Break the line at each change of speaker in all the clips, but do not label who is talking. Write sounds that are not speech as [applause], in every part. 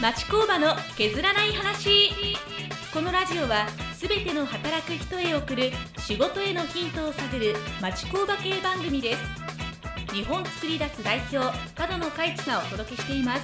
町工場の削らない話このラジオはすべての働く人へ送る仕事へのヒントを探る町工場系番組です日本作り出す代表角野海地がお届けしています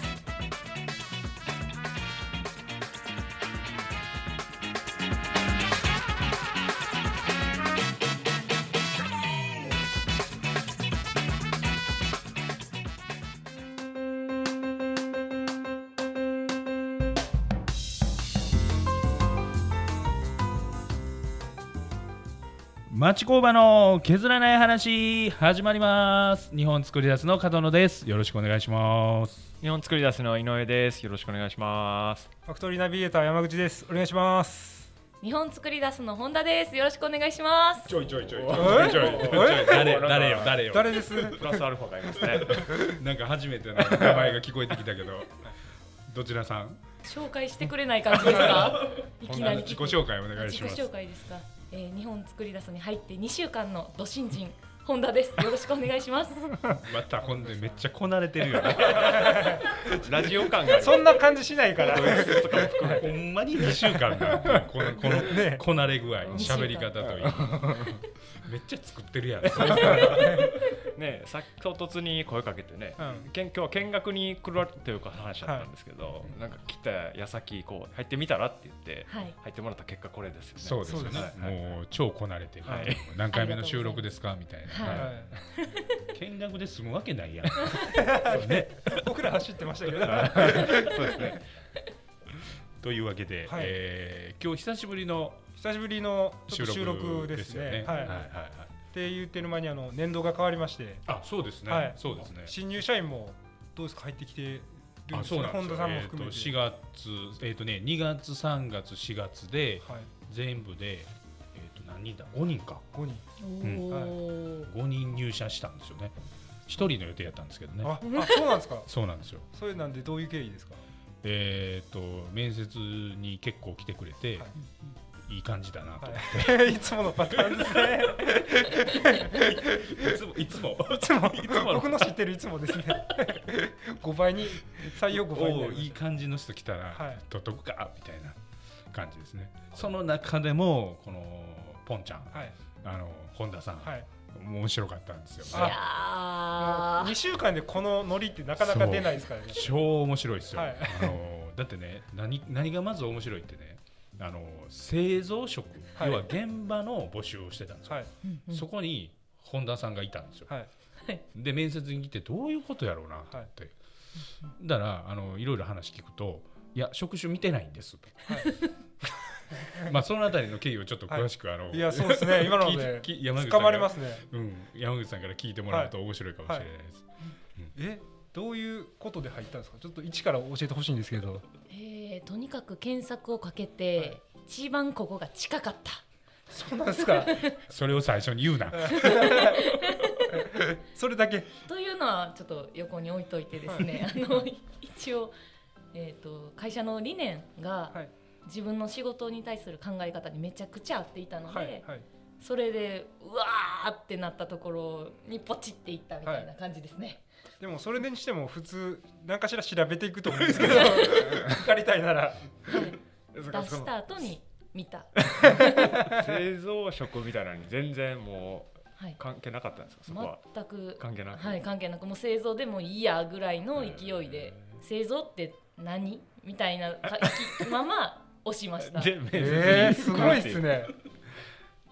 町工場の削らない話始まります日本作り出すの角野ですよろしくお願いします
日本作り出すの井上です。よろしくお願いします。
ファクトリーナビゲーター山口です。お願いします。
日本作り出すの本田です。よろしくお願いします。
ちょいちょいちょい
え
ちょいちょいちょい誰誰よ誰よ
誰です？
プラスアルファがいます
[laughs]
ね。
なんか初めての名前が聞こえてきたけどどちらさん
紹介してくれない感じですか？いきなり
自己紹介お願いしま
自己
す
紹介ですか、えー日本作り出すに入って2週間のド新人本田です。よろしくお願い
[laughs]
します。
またほんでめっちゃこなれてるよね
ラジオ感がある。
そんな感じしないから。
とかも含
[laughs] ほ
め
んまに2週間だこのこの、
ね
こなれ具合喋り方といいめっちゃ作ってるやんそう
[laughs] ね、さっき唐突に声かけてね、
うん
けん今日は見学に来るというか話だったんですけど、なんか来た矢先こう入ってみたらって言って、
はい
入ってもらった結果これですよね。
ですよね
はい
もう超こなれてる、
はい
何回目の収録ですかみたいな、
は
は
見学で済むわけないやん
い僕ら走ってましたけど。
そうですね。
[laughs] というわけで、
はい
えー今日久しぶりの
久しぶりのち
収
ょっと収録
録
で
ですすよね
ね。
はい
はい。
はいはい
っ、て言ってる間にあの年度が変わりまして、
あそうですね、
はい
そうですね
新入社員もどうですか入ってきてるん
あ
です
そうな
か
ん？
本
で
田
すよ、
さんも
えー、
含
と
めて。
4月えっ、とね2月3月4月で
はい。
全部で、えー、と何人だ5人か
五人。
ん5人入社したんですよね1人の予定やったんですけどね
あ、あそうなんですか。
そうなんですよ
それなんでどういう経
[laughs]
緯ですか？
えっ、と面接に結構来てくれて、、
はい
い感じだなと、
はい。いつものパターンですね。
い、つもいつ [laughs] も
いつも
つもの
僕の知ってるいつもですね。五倍に採用五倍にな
お
りました
いい感じの人来たら、
はい
取っとくかみたいな感じですねその中でもこのポンちゃん、
はい
あの本田さん、
はい。
もう面白かったんですよ
いや
あ
ね
2
ー
週間でこのノリってなかなか出ないですからね。
超面白いですよ、
はい
あのだってね何何がまず面白いってねあの製造職、
はい
要は現場の募集をしてたんですよ、
はい
そこに本田さんがいたんですよ、
はい
で面接に来てどういうことやろうなと思って、だからあのいろいろ話聞くと「いや職種見てないんです」と、 [laughs] まあそのあたりの経緯をちょっと詳しく、あの
いやそうで
[laughs]
すね今の
聞
で
いて聞い山口さ
捕
ん
まれま
から
すね。
うん、山口さんから聞いてもらうと面白いかもしれないです、
えどういうことで入ったんですかちょっと一から教えてほしいんですけど。
えーとにかく検索をかけて、一番ここが近かった。
そうなんですか
それを最初に言うな
[laughs]
[laughs]
それだけ。
というのはちょっと横に置いといてですね、あの一応、えー、と会社の理念が
はい
自分の仕事に対する考え方にめちゃくちゃ合っていたので、
はいはい。
それでうわーってなったところにポチっていったみたいな感じですね。
でもそれにしても普通何かしら調べていくと思うんですけど受かりたいなら。そうか
出
そう
し
か
た後に見た。
製造職みたいなのに全然もう
はい、
関係なかったんですか。そこは
全く
関係なく。
はい、関係なくもう製造でもいいやぐらいの勢い
へ
で製造って何みたいなかまま押しました。
で面接に
えー、すごいですね。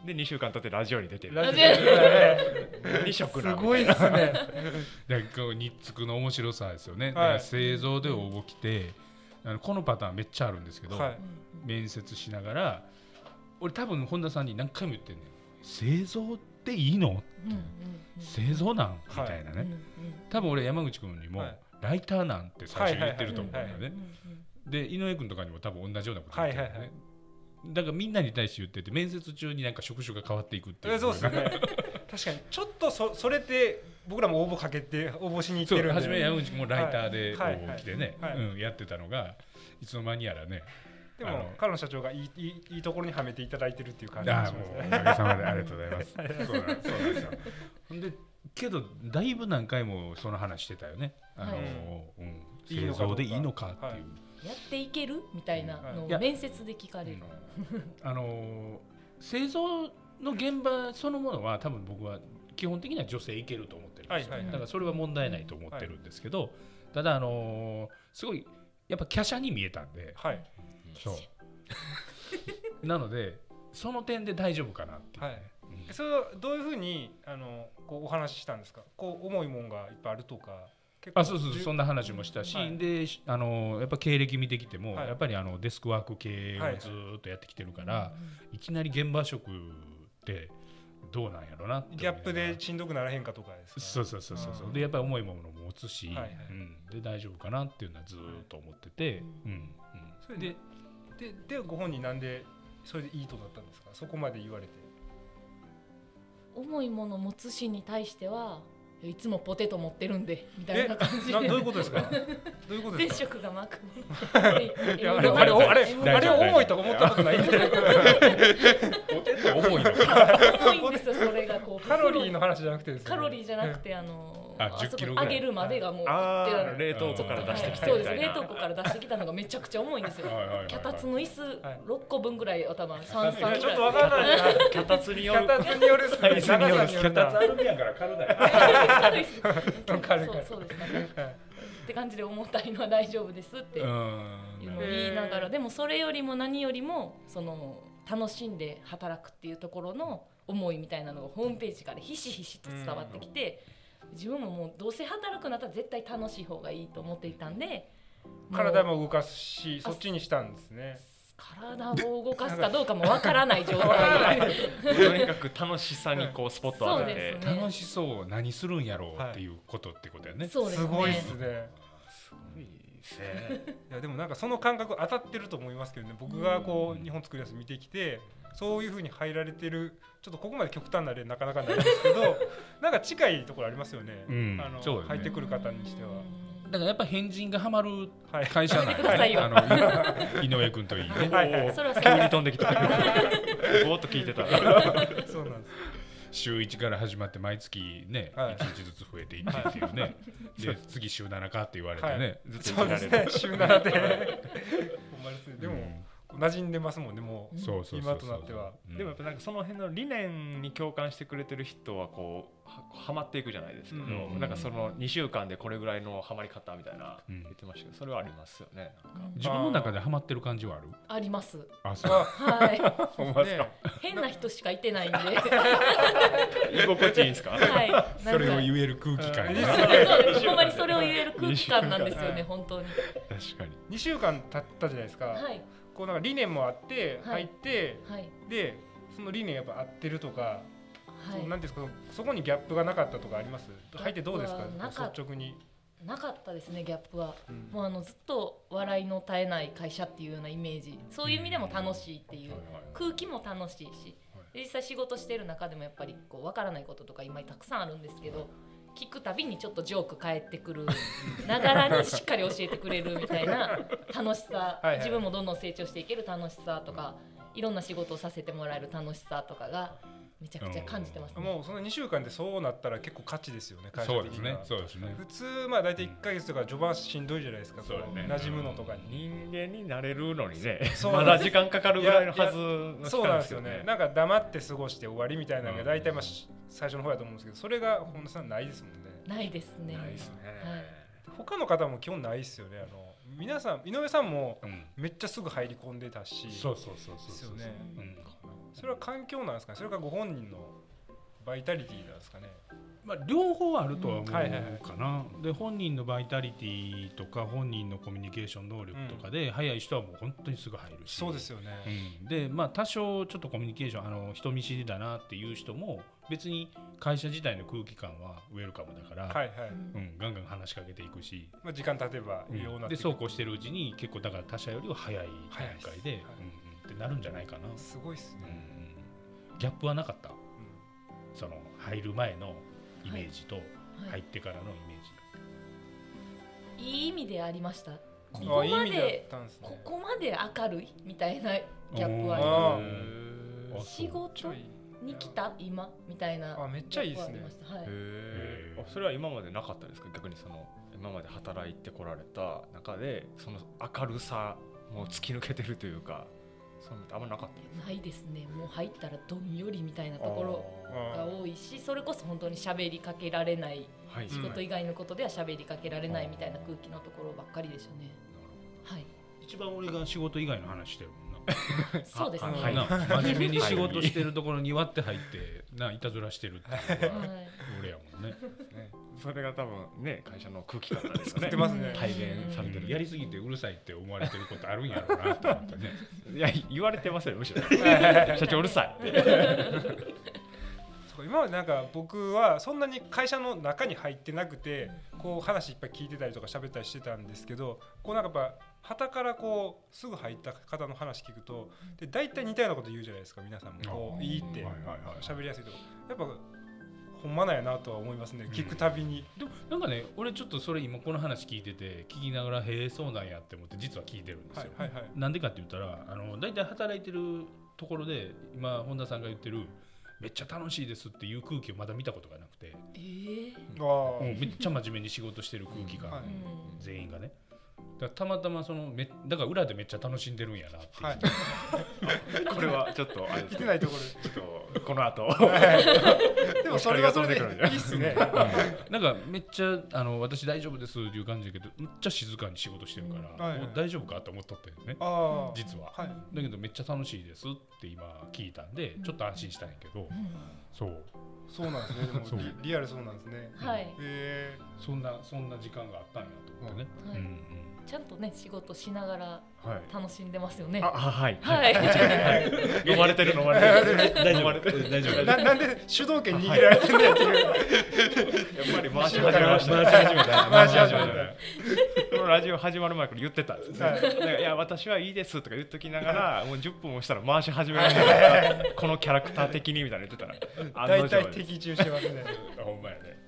で2週間経ってラジオに出てる
ラジ
ラジオ
2色
す
な
ごいですね。
だからこう日付の面白さですよね、
い
だから製造で応募来てあのこのパターンめっちゃあるんですけど、
はい
面接しながら俺多分本田さんに何回も言ってんねん製造っていいの
うんうん
製造なんみ
はい
たいなね、
うんうん
多分俺山口君にも、
はい
ライターなんて最初に言ってると思うんだよね、
うんうん
で井上君とかにも多分同じようなこと言ってるよね、
はいはい
だからみんなに対して言ってて面接中になんか職種が変わっていくっていう
えそうですね。 [laughs] 確かにちょっとそそれって僕らも応募かけて応募しに行って
そう
るんで。
初め山口君もライターでこ
はいは
う
い
来てね、
はい
うん、やってたのがいつの間にやらね
で
あ
も
の
彼の社長がいいいいいいところにはめていただいてるっていう
あ
感じが
あ
し
も
ま
う
す
お
ね。
かげさまでありがとうございます [laughs] そうなんそうなんですよほんでけどだいぶ何回もその話してたよねあの、
はい
うん
いい
製
のかどう
造
か
でいいのかっていう、
はい
やっていけるみたいなの
い
を
や
面接で聞かれる。
あの製造の現場そのものは多分僕は基本的には女性いけると思ってるんですよ、
はいはい
はい
だからそれは問題ないと思ってるんですけど、ただあのすごいやっぱ華奢に見えたんで
はい
そう [laughs] なのでその点で大丈夫かなっていう、
はいそれはどういうふうにあのこうお話ししたんですかこう重いもんがいっぱいあるとか結構
あそうそうそう
じゅ
そんな話もしたし、
はい
でしあのやっぱ経歴見てきても、
はい
やっぱりあのデスクワーク系
はい
をずーっとやってきてるから、い、きなり現場職ってどうなんやろなって思い
ギ
な
ャ
が
ッ
ら
プでしんどくならへんかとかですか
そうそうそうそうそう、
うん
でやっぱり重いものも持つし、
はいはい
うん、で大丈夫かなっていうのはずーっと思ってて、うんうん
それでででご本人なんでそれでいいとだったんですかそこまで言われて
重いもの持つしに対してはいつもポテト持ってるんでみたい
え
な感じ
などういう
で
ことですかどういうことで
前
すか
職がマク
い
ド
や
ナ
あ
ル
れ
ド
あれおあれ
大丈
あれ
夫
重いとか思ったことないんで
重いの
重いんですよそれがこ
[laughs]
う
カロリーの話じゃなくてですね
カロリーじゃなくてあの
あ
そこ
10キロぐらい
揚げるまでがもう
あ
売って
あ
る
冷凍庫から出してきた
そう
み
です
たいな
冷凍庫から出してきたのがめちゃくちゃ重いんですよ
はいはいはいはい
脚立の椅子
はい
6個分ぐらい頭三
い
三
や
ぐ
ちょ
ら
っ
い
とわからな
[laughs]
いな
脚立による
脚立によるっす
サ
ね [laughs]
イズによる
長さによるな
るやんから軽ない
そう
軽いから
そうですかねって感じで重たいのは大丈夫ですっていうのを言いなが
う
ら
ん
でもそれよりも何よりもその楽しんで働くっていうところの思いみたいなのがホームページからひしひしと伝わってきて自分ももうどうせ働くなったら絶対楽しい方がいいと思っていたんでもう
体も動かすしそっちにしたんですね
体を動かすかどうかもわからない状
[laughs]
態で
とにかく楽しさにこうスポットを
そ
当
う
て
で
て
すね
楽しそう何するんやろうっていうことってことやね、
そうです
す
ね
ごいっすね
いいです [laughs] ね
いやでもなんかその感覚当たってると思いますけどね僕がこ
う
うん日本作りやす見てきてそういうふうに入られてるちょっとここまで極端な例なかなかないんですけ [laughs] どなんか近いところありますよね、
うん
あの
そうよね
入ってくる方にしては
うん
だからやっぱ変人がハマる
はい
会社なん
くださいよ
あのい井上君といいね
はいはい
それは
急に飛んできたぼーっと聞いてた
そうなんで
週1から始まって毎月ね、
はい
1日ずつ増えていってっていうねで次週7かって言われてね、
ずっ
す
と
[laughs] そう
見
で
ら
す
れ
ね
る
週7でほんまですねでも、
うん
馴染んでますもんねもう
そうそうそうそう
今となっては
うん
[laughs] でもやっぱなんかその辺の理念に共感してくれてる人はこうははまっていくじゃないですけど、
うん
なんかその2週間でこれぐらいのハマり方みたいな
うん
言ってましたけどそれはありますよねなんか
うん
自分の中でハマってる感じはある
あります
あそう
はい
[laughs]
思いますか
ね
変な人しかいてないんで、は
居心地いいんですか
い、なんか
それを言える空気感
うん
や
そ
な
うです。ほんまにそれを言える空気感なんですよ
は
ね、
い
本当に。
確かに
2週間経ったじゃないですか、
はい、
こうなんか理念もあって
は
入
い
って、
はい、
でその理念やっぱ合ってるとかその
は
なんていうんですかそのそこにギャップがなかったとかあります入ってどうですか
ギャップはなかっ
率直に、
い。なかったですね、ギャップは。
うん
もうあのずっと笑いの絶えない会社っていうようなイメージ。そういう意味でも楽しいっていう
はいはい
空気も楽しいし、実際仕事してる中でもやっぱりこうわからないこととか今たくさんあるんですけど。聞くたびにちょっとジョーク返ってくるながらにしっかり教えてくれるみたいな楽しさ
はいはい
自分もどんどん成長していける楽しさとかいろんな仕事をさせてもらえる楽しさとかがめちゃくちゃ感じてますね。
もうその2週間でそうなったら結構価値ですよね会社
そう
的
です
に
ね
は
そうですね
普通まあ大体1か月とか序盤しんどいじゃないですか
そうだね
なじむのとかに、
人間になれるのにね
そう
まだ時間かかるぐらいのはずの期
そうな
間で
んですす
よ
よ
ね
ねなんか黙って過ごして終わりみたいなのが
うん
大体まあし最初の方やと思うんですけどそれが本田さんないですもんね
ないですね。
ないですね
はい
他の方も基本ないですよねあの皆さん井上さんも
うん
めっちゃすぐ入り込んでたし
そうそうそう
です
そ
よ
う
ね
うん
それは環境なんですかねそれかご本人のバイタリティなんですかね
まあ、両方あるとは思う
う
か
ん
な、
はいはい
で本人のバイタリティとか本人のコミュニケーション能力とかで、早い人はもう本当にすぐ入るし
そうですよ
う
ね
んでまあ多少ちょっとコミュニケーションあの人見知りだなっていう人も別に会社自体の空気感はウェルカムだから、
はいはい
うん、ガンガン話しかけていくし、
まあ時間経てばようになっ
で
てくる
そうこうしてるうちに結構だから他社よりは早い
早い
段
です
階で、
はい
うんうん、ってなるんじゃないかな、
すごいです
うんう
ね
んギャップはなかった
うん
その入る前のイメージと
は
入っ
い
てからのイメージ、
いい意味でありました。
あ
ここ
いい
ま
意味だっ
で
たんですね
ここまで明るいみたいなギャップはありま
あ
う
す。仕
そう
事に来た今みたいな
あめっちゃいいですね
ギャップはありましたはい。
へー
へー
それは今までなかったですか逆にその今まで働いてこられた中でその明るさも突き抜けてるというかそんなのってあんまなかった
ないですねもう入ったらどんよりみたいなところが多いしそれこそ本当に喋りかけられない
はい
仕事
なる
以外のことでは喋りかけられないみたいな空気のところばっかりでしたね。はい、
一番俺が仕事以外の話してるもんな
[laughs] そうですね。
あ
は
はいい
な真面目に仕事してるところに割って入ってないたずらしてるっていうのが俺やもんね
ほどねそれが多分ね会社の空気感なんですか
作 [laughs]
ね
ってますね
体現されて
や
る
りすぎてうるさいって思われてることあるんやろうなと思ってね
いや言われてますよ
[laughs]
むしろ社長うるさいって
そう今までなんか僕はそんなに会社の中に入ってなくてこう話いっぱい聞いてたりとか喋ったりしてたんですけどこうなんかやっぱ旗からこうすぐ入った方の話聞くとで大体似たようなこと言うじゃないですか皆さんもこ
あ
う
ー
いいって
はいはいはい
喋りやすいとかやっぱほんまなんやなとは思いますね聞くたびに、
でもなんかね俺ちょっとそれ今この話聞いてて聞きながらへえそうなんやって思って実は聞いてるんです
はい
よ、
はいはい
なんでかって言ったらあの大体働いてるところで今本田さんが言ってるめっちゃ楽しいですっていう空気をまだ見たことがなくて、
えー
あ
うんめっちゃ真面目に仕事してる空気感、
はい
うん
全員がねだからたまたまそのめだから裏でめっちゃ楽しんでるんやなっていう、
あはい
これはちょっとあれで
来
す
て
ね
[laughs] ないところで
ちょっとこの後
[laughs]
[laughs]
でもそれはそれでいいっすね。
なんかめっちゃあの私大丈夫ですっていう感じだけどめっちゃ静かに仕事してるから、
はいはい
お大丈夫かと思っとったよね
あー
実は、
はい。
だけどめっちゃ楽しいですって今聞いたんでちょっと安心したんやけど、そう
そうなんですね。で
[laughs]
も
そう
リリアルそうなんですね。
はい、
え
そんなそんな時間があったんやと思ってね、
はい
うんうん
ちゃんとね仕事しながら
はい
楽しんでますよね。
あ
は
はい
い、
飲まれてる飲まれ
[laughs]
てる飲まれてる
大丈
ー
夫
ななんで主導権握られてんだよっていう。
やっぱり回し始めましたね
回し始めた
回し始め
このラジオ始まる前から言ってたんですね
はい
だからいや私はいいですとか言っときながらもう10分もしたら回し始めましたからこのキャラクター的にみたいなの言ってたら
大体
案の定です
的中してま
[laughs]
すね。
あほんまやね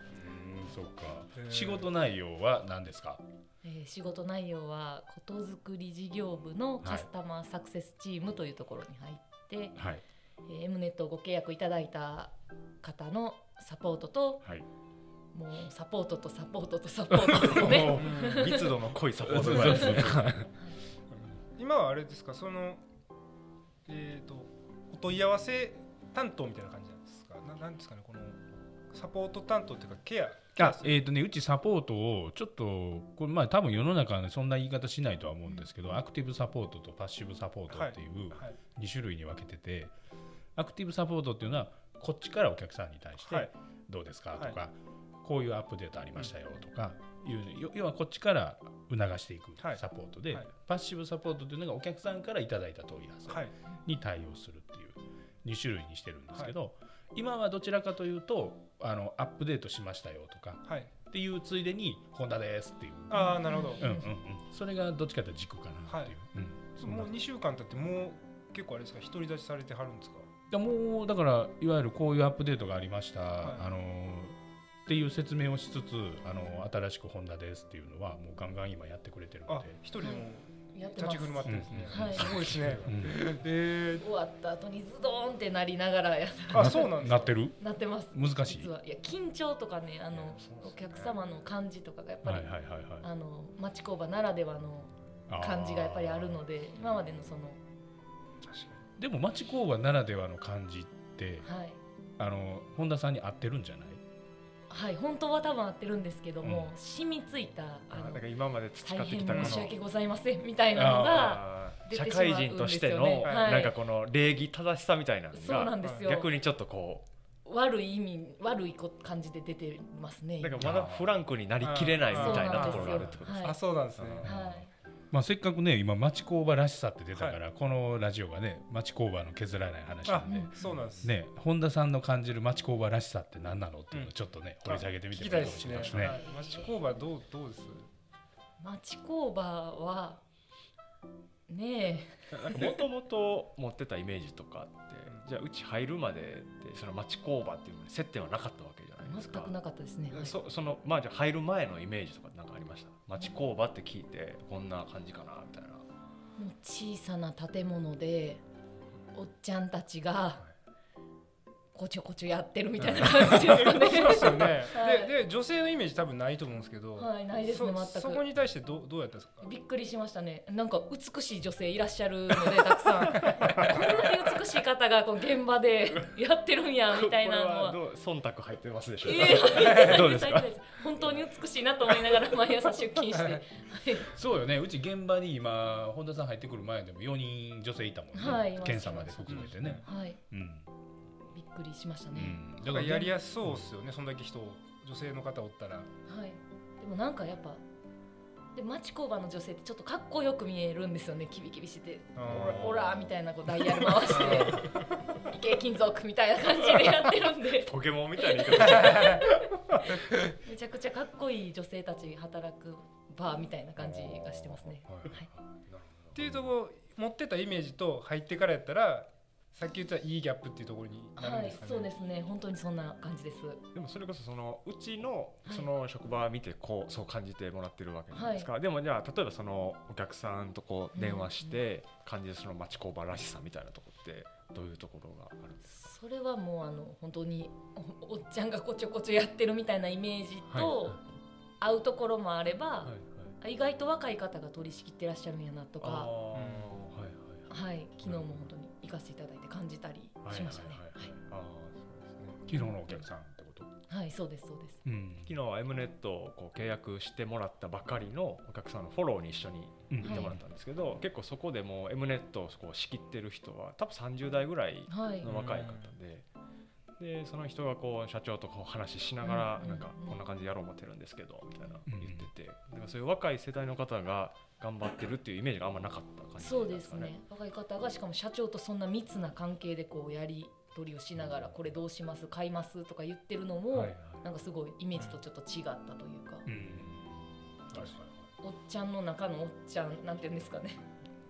うんそうか
えー
仕事内容は何ですか
えー仕事内容はことづくり事業部のカスタマーサクセスチームというところに入って、
はい
えー M ネットをご契約いただいた方のサポートと
はい
もうサポートとサポートとサポートですよ
[laughs]
ね。
もう密度の濃いサポー
そ
ト
う
ぐ
そ
らいうです
そう
ね
今はあれですかそのえっ、とお問い合わせ担当みたいな感じなんですか。ななんですかねこのサポート担当っていうかケア。
あえーとね、うちサポートをちょっとこれまあ多分世の中はねそんな言い方しないとは思うんですけどアクティブサポートとパッシブサポートっていう
はい
2種類に分けててアクティブサポートっていうのはこっちからお客さんに対し
は
て
い
どうですか
はい
とか、こういうアップデートありましたよとかいうよ要はこっちから促していく
はい
サポートで、
はい
パッシブサポートっていうのがお客さんからいただいた問い合わせ
はい
に対応するっていう2種類にしてるんですけど、今はどちらかというとあのアップデートしましたよとか
はい。
っていうついでに「ホンダです」っていう、
ああなるほど。
うんうんうん、それがどっちかというと軸かなっていう、うんそんな
もう二週間経ってもう結構あれですか独り立ちされてはるんですか。
いやもうだからいわゆるこういうアップデートがありました、
はい
あのーっていう説明をしつつあのー新しくホンダですっていうのはもうガンガン今やってくれてるんで
あ一人でも
やって
立
ま
ち
す
振る舞ってですね。
はい
すごいですね。
うん
え
終わった後にズドーンってなりながらや [laughs]
ー、あそうなんです
な
か
ってる
なってます。
難しい
実はいや緊張とかねあのお客様の感じとかがやっぱ
はい
り、
はいはいはい
あの町工場ならではの
あー
感じがやっぱりあるので今までのその
確か
でも町工場ならではの感じって
はい
あのー本田さんに合ってるんじゃない
はい本当は多分合ってるんですけども、染みついたあ
あ
の
なんか今まで培
大
ってき
変
たこ
申し訳
の
ございませんみたいなのが
あー
出
社
てしまうん
会
ですよね
人としての
はい
なんかこの礼儀正しさみたいな
そうな
の
ん
が
ですよ
逆にちょっとこ
悪い意味悪いこ感じで出てますね
うなんかまだフランクになりきれないみたいなところがあるってことです
は
ね
い
に。あそうなんですね。
今はい
まあ、せっかくね今町工場らしさって出たから、このラジオがね町工場の削らない話な
あ
んで、
そうなんです。
ね、本田さんの感じる町工場らしさって何なのっていうのをちょっとね、掘り下げてみ
聞
て
き
も
た
いい
い
か
で
もし
す
れ
ね
ないです。ね
はい。町工場どうどうです？
町工場はね
[laughs] もともと持ってたイメージとかって、じゃあうち入るまでってその町工場っていうのに接点はなかったわけじゃない
え
ですか。
全くなかったですね、はい
そそのまあじゃあ入る前のイメージとかなんかありました町工場って聞いてこんな感じかなみたいな
もう小さな建物でおっちゃんたちがこちょこちょやってるみたいな感じですか
[laughs]
ね。
そうですよね
はい
でで女性のイメージ多分ないと思うんですけど、
はいないですね
そ
全く
そこに対してどうどうやったんですか
びっくりしましたねなんか美しい女性いらっしゃるので [laughs] たくさんこんなに美しい方がこう現場でやってるんやみたいなのは
これはどう忖度入ってますでしょう
い
か
やいやいや
どうですか
大丈夫です本当に美しいなと思いながら毎朝出勤してはい
そうよねうち現場に今本田さん入ってくる前でも4人女性いたもんね、
はいいます
検査まで含めてね、
はい
うん
びっくりしました
う
ね、
ん、
だからやりやすそう
う
っすよね、そんだけ人女性の方おったら
はいでもなんかやっぱで町工場の女性ってちょっとかっこよく見えるんですよねキビキビしてて
あ
オ
ー
ラオラみたいなこうダイヤル回して [laughs] 「イケ金属」みたいな感じでやってるんで
ポケモンみたいな言い方
めちゃくちゃかっこいい女性たち働くバーみたいな感じがしてますね。
はい
はい、
っていうとこ持ってたイメージと入ってからやったらさっき言ったいいギャップっていうところになる
は
んで
い
すかね、
そうですね。本当にそんな感じです。
でもそれこそそのうちのその職場を見てこうそう感じてもらってるわけじゃないですか、でもじゃあ例えばそのお客さんとこう電話して感じるその町工場らしさみたいなとこってどういうところがあるんです
それはもうあの本当におおっちゃんがこちょこちょやってるみたいなイメージと合うところもあれば、
はいはい
あ意外と若い方が取り仕切ってらっしゃるんやなと
あーはい
か、
はい
はい、昨日も本当に行かせていただいて感じたりしましたね。
はいはいはい
か、ああそうですね
昨日のお客さんってこと、
はい、はい、そうですそうです。
うん
昨日は M ネットをこう契約してもらったばかりのお客さんのフォローに一緒に
うん
行ってもらったんですけど、結構そこでもう M ネットをこう仕切ってる人は多分30代ぐらい
はい。
の若い方で。でその人がこう社長とこう話ししながら
うん
なんか
うん
こんな感じでやろう思ってるんですけどみたいな
うん
言っててなんかそういう若い世代の方が頑張ってるっていうイメージがあんまなかった感じなんか
そうですね若い方がしかも社長とそんな密な関係でこうやり取りをしながらこれどうします買いますとか言ってるのも、
はいはい
なんかすごいイメージとちょっと違ったというか、
うん確か
おっちゃんの中のおっちゃんなんて言うんですか
[laughs]
ね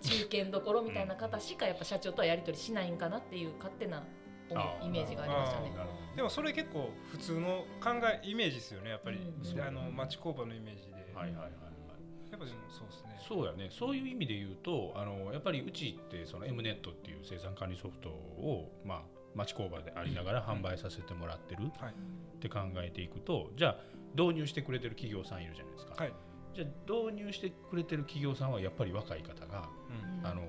中堅どころみたいな方しかやっぱ社長とはやり取りしないんかなっていう勝手な思い
あー
イメージがありましたね
に。なるほど
でもそれ結構普通の考えイメージですよねやっぱり、
うん
あの町工場のイメージで、
はいはいはいはい
やっぱでもそうですね
そうやねそういう意味で言うとあのやっぱりうちってその M ネットっていう生産管理ソフトをまあ町工場でありながら販売させてもらってる
はい
って考えていくとじゃあ導入してくれてる企業さんいるじゃないですか、
はい、
じゃあ導入してくれてる企業さんはやっぱり若い方が、
うん
あの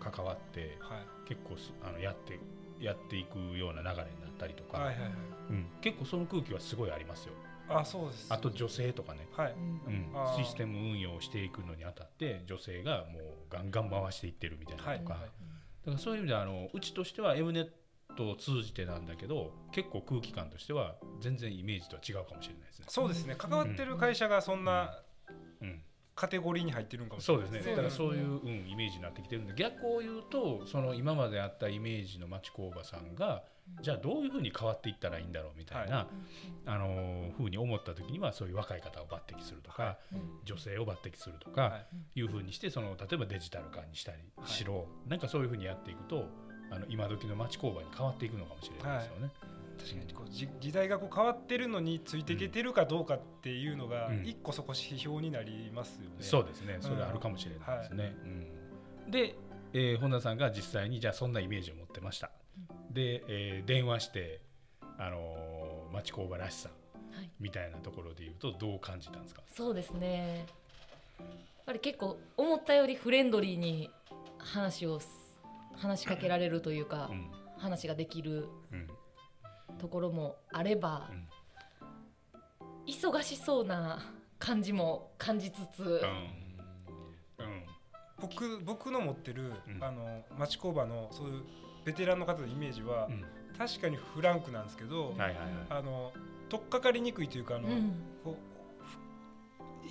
関わって
はい
結構すあのやってやっていくような流れになったりとか、
はいはいはい
うん結構その空気はすごいありますよ
あそうです
あと女性とかね、
はい
うん
あー
システム運用をしていくのにあたって女性がもうガンガン回していってるみたいなとか、
はい
だからそういう意味ではあのうちとしては M ネットを通じてなんだけど結構空気感としては全然イメージとは違うかもしれないですね。
そうですね関わってる会社がそんな
うん
カテゴリーに入ってるんかもしれ
そう
な
で
い
すね
そうですね
だからそういう、うん、イメージになってきてるんで逆を言うとその今まであったイメージの町工場さんがじゃあどういうふうに変わっていったらいいんだろうみたいな、あのーふうに思った時にはそういう若い方を抜擢するとか、
は
女性を抜擢するとか、、
はい
うふうにしてその例えばデジタル化にしたり
はい
しろ、なんかそういうふうにやっていくとあの今時の町工場に変わっていくのかもしれないですよね。
確かにこうじ時代がこう変わってるのについていけてるかどうかっていうのが
うん
一個そこ指標になりますよね。
そうですね、それあるかもしれないですね。
は
うんで、えー本田さんが実際にじゃあそんなイメージを持ってました。で、えー電話して、あのー町工場らしさ
はい
みたいなところで言うとどう感じたんですか、
そうですねやっぱり結構思ったよりフレンドリーに話をす話しかけられるというか、
うん
話ができる
うん
ところもあれば
う、ん
忙しそうな感じも感じつつ、
うんうん
僕僕の持ってる、
うん
あの町工場のそういうベテランの方のイメージは、
うん
確かにフランクなんですけど、
はいはいはい
あの取っかかりにくいというかあ
う
の、
ん
こう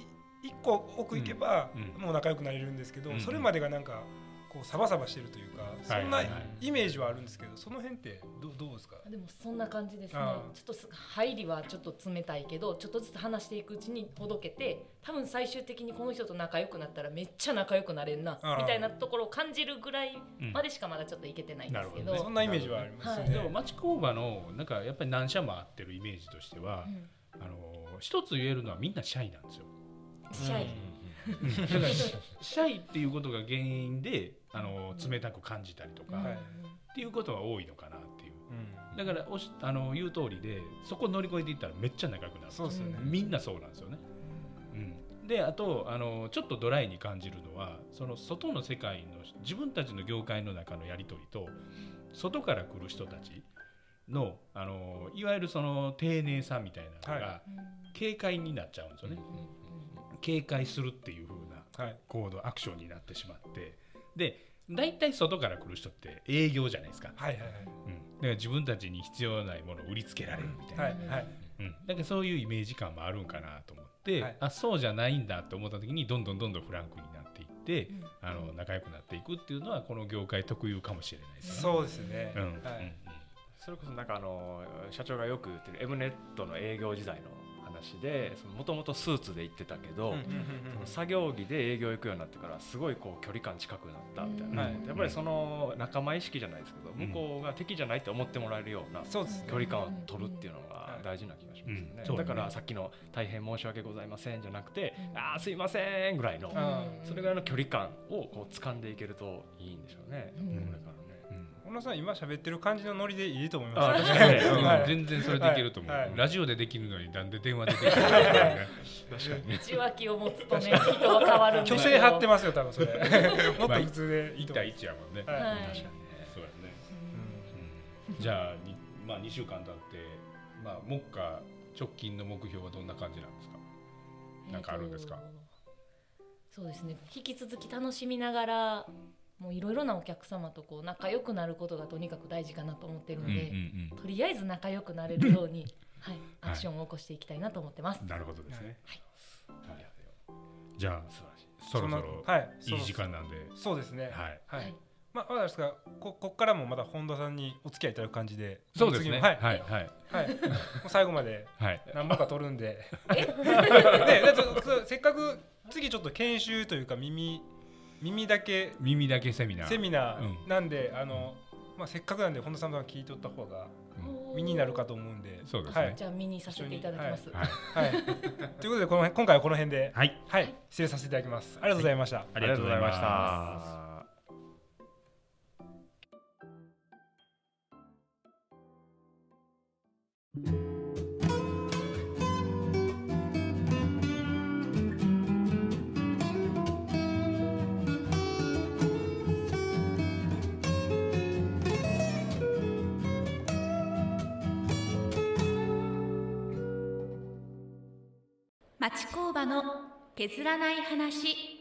ふい一個奥行けば、
うんうん
もう仲良くなれるんですけど、
うん
それまでがなんかこうサバサバしてるというか、そんなイメージはあるんですけどその辺ってどうどうですか
でもそんな感じですね
ああ
ちょっとす入りはちょっと冷たいけどちょっとずつ話していくうちにほどけて多分最終的にこの人と仲良くなったらめっちゃ仲良くなれんな
ああ
みたいなところを感じるぐらい
うん
までしかまだちょっといけてないんですけ
な
ど。
るほ
そんなイメージはありますよね。
でも町工場のなんかやっぱり何社も合ってるイメージとしては
う、ん
あのー一つ言えるのはみんなシャイなんですよ。
シャイ
だからシャイっていうことが原因であの冷たく感じたりとか、
はい
っていうことは多いのかなっていうだからおしあの言う通りでそこ乗り越えていったらめっちゃ長くなる
そうですよね、
みんなそうなんですよね。うん、であとあのちょっとドライに感じるのはその外の世界の自分たちの業界の中のやり取りと外から来る人たちのあのいわゆるその丁寧さみたいなのが
は
警戒になっちゃうんですよね。警戒するっていう風な
はい
行動アクションになってしまってで大体外から来る人って営業じゃないですか,、
はいはい
うん、だから自分たちに必要ないものを売りつけられるみたいな。
はいはいはい
うん、だからそういうイメージ感もあるんかなと思って、
はい
あそうじゃないんだと思った時にどんどんどんどんフランクになっていって、あの仲良くなっていくっていうのはこの業界特有かもしれないですね。
そうですね、
うんうん
はい
それこそなんかあの社長がよく言ってる M ネットの営業時代の話でもともとスーツで行ってたけど、
うんうん
その作業着で営業行くようになってからすごいこう距離感近くなったみたいな、
うん
やっぱりその仲間意識じゃないですけど、
ん
向こうが敵じゃないって思ってもらえるような
そうですね
距離感を取るっていうのが
うん
大事な気がしますね
うん、そうだ
だ
ね
からさっきの「大変申し訳ございません」じゃなくて「
うん
ああすいません」ぐらいの、
うん
[laughs]
それぐらいの距離感をこう掴んでいけるといいんでしょうね、
うん
これからね。
うん
小野さん今喋ってる感じのノリでいいと思い
[laughs] あ
ます
確かに、
うん
はい
全然それできると思う、
はい
ラジオでできるのになんで電話でできるのかね
確かに
内脇を持つとね、人は変わるんですよ。
虚勢張ってますよ多分
[laughs]
それもっと普通でいい
一
と思
対
い
一やもんね、
ます、はい
は
確
い
かにね
そうやね、
うん
うんじゃあに、まあ、2週間経って、まあ、目下直近の目標はどんな感じなんですかなんかあるんですか
えーとそうですね引き続き楽しみながらもういろいろなお客様とこう仲良くなることがとにかく大事かなと思ってるので、
ん
とりあえず仲良くなれるように、
[laughs]
は
は
い、
い
アクションを起こしていきたいなと思ってます。
なるほどですね。はいじゃあ
素晴らしい
そろそろ
のはい
いい時間なんで、
そうですね
はい
はい、
はい
まあまだですがここっからもまだ本田さんにお付き合いいただく感じで
そうです
次
ね。
もは
はいいはいはい [laughs]
はい、もう最後まで
はい。
何本か取るんで [laughs] でだとそうせっかく次ちょっと研修というか耳耳だけ
耳だけセミナー。
セミナ
う
ーなんで、あの、まあ、せっかくなんで本田さんとは聞いとった方が
うん
身になるかと思うんで
そうですね
はい
じゃあ見にさせていただきます。
はい
はい、ということでこの辺今回はこの辺で、
はい。
はい、失礼させていただきますありがとうございました、
ありがとうございまし
ありが
た
とうご。ざいました。
町工場の削らない話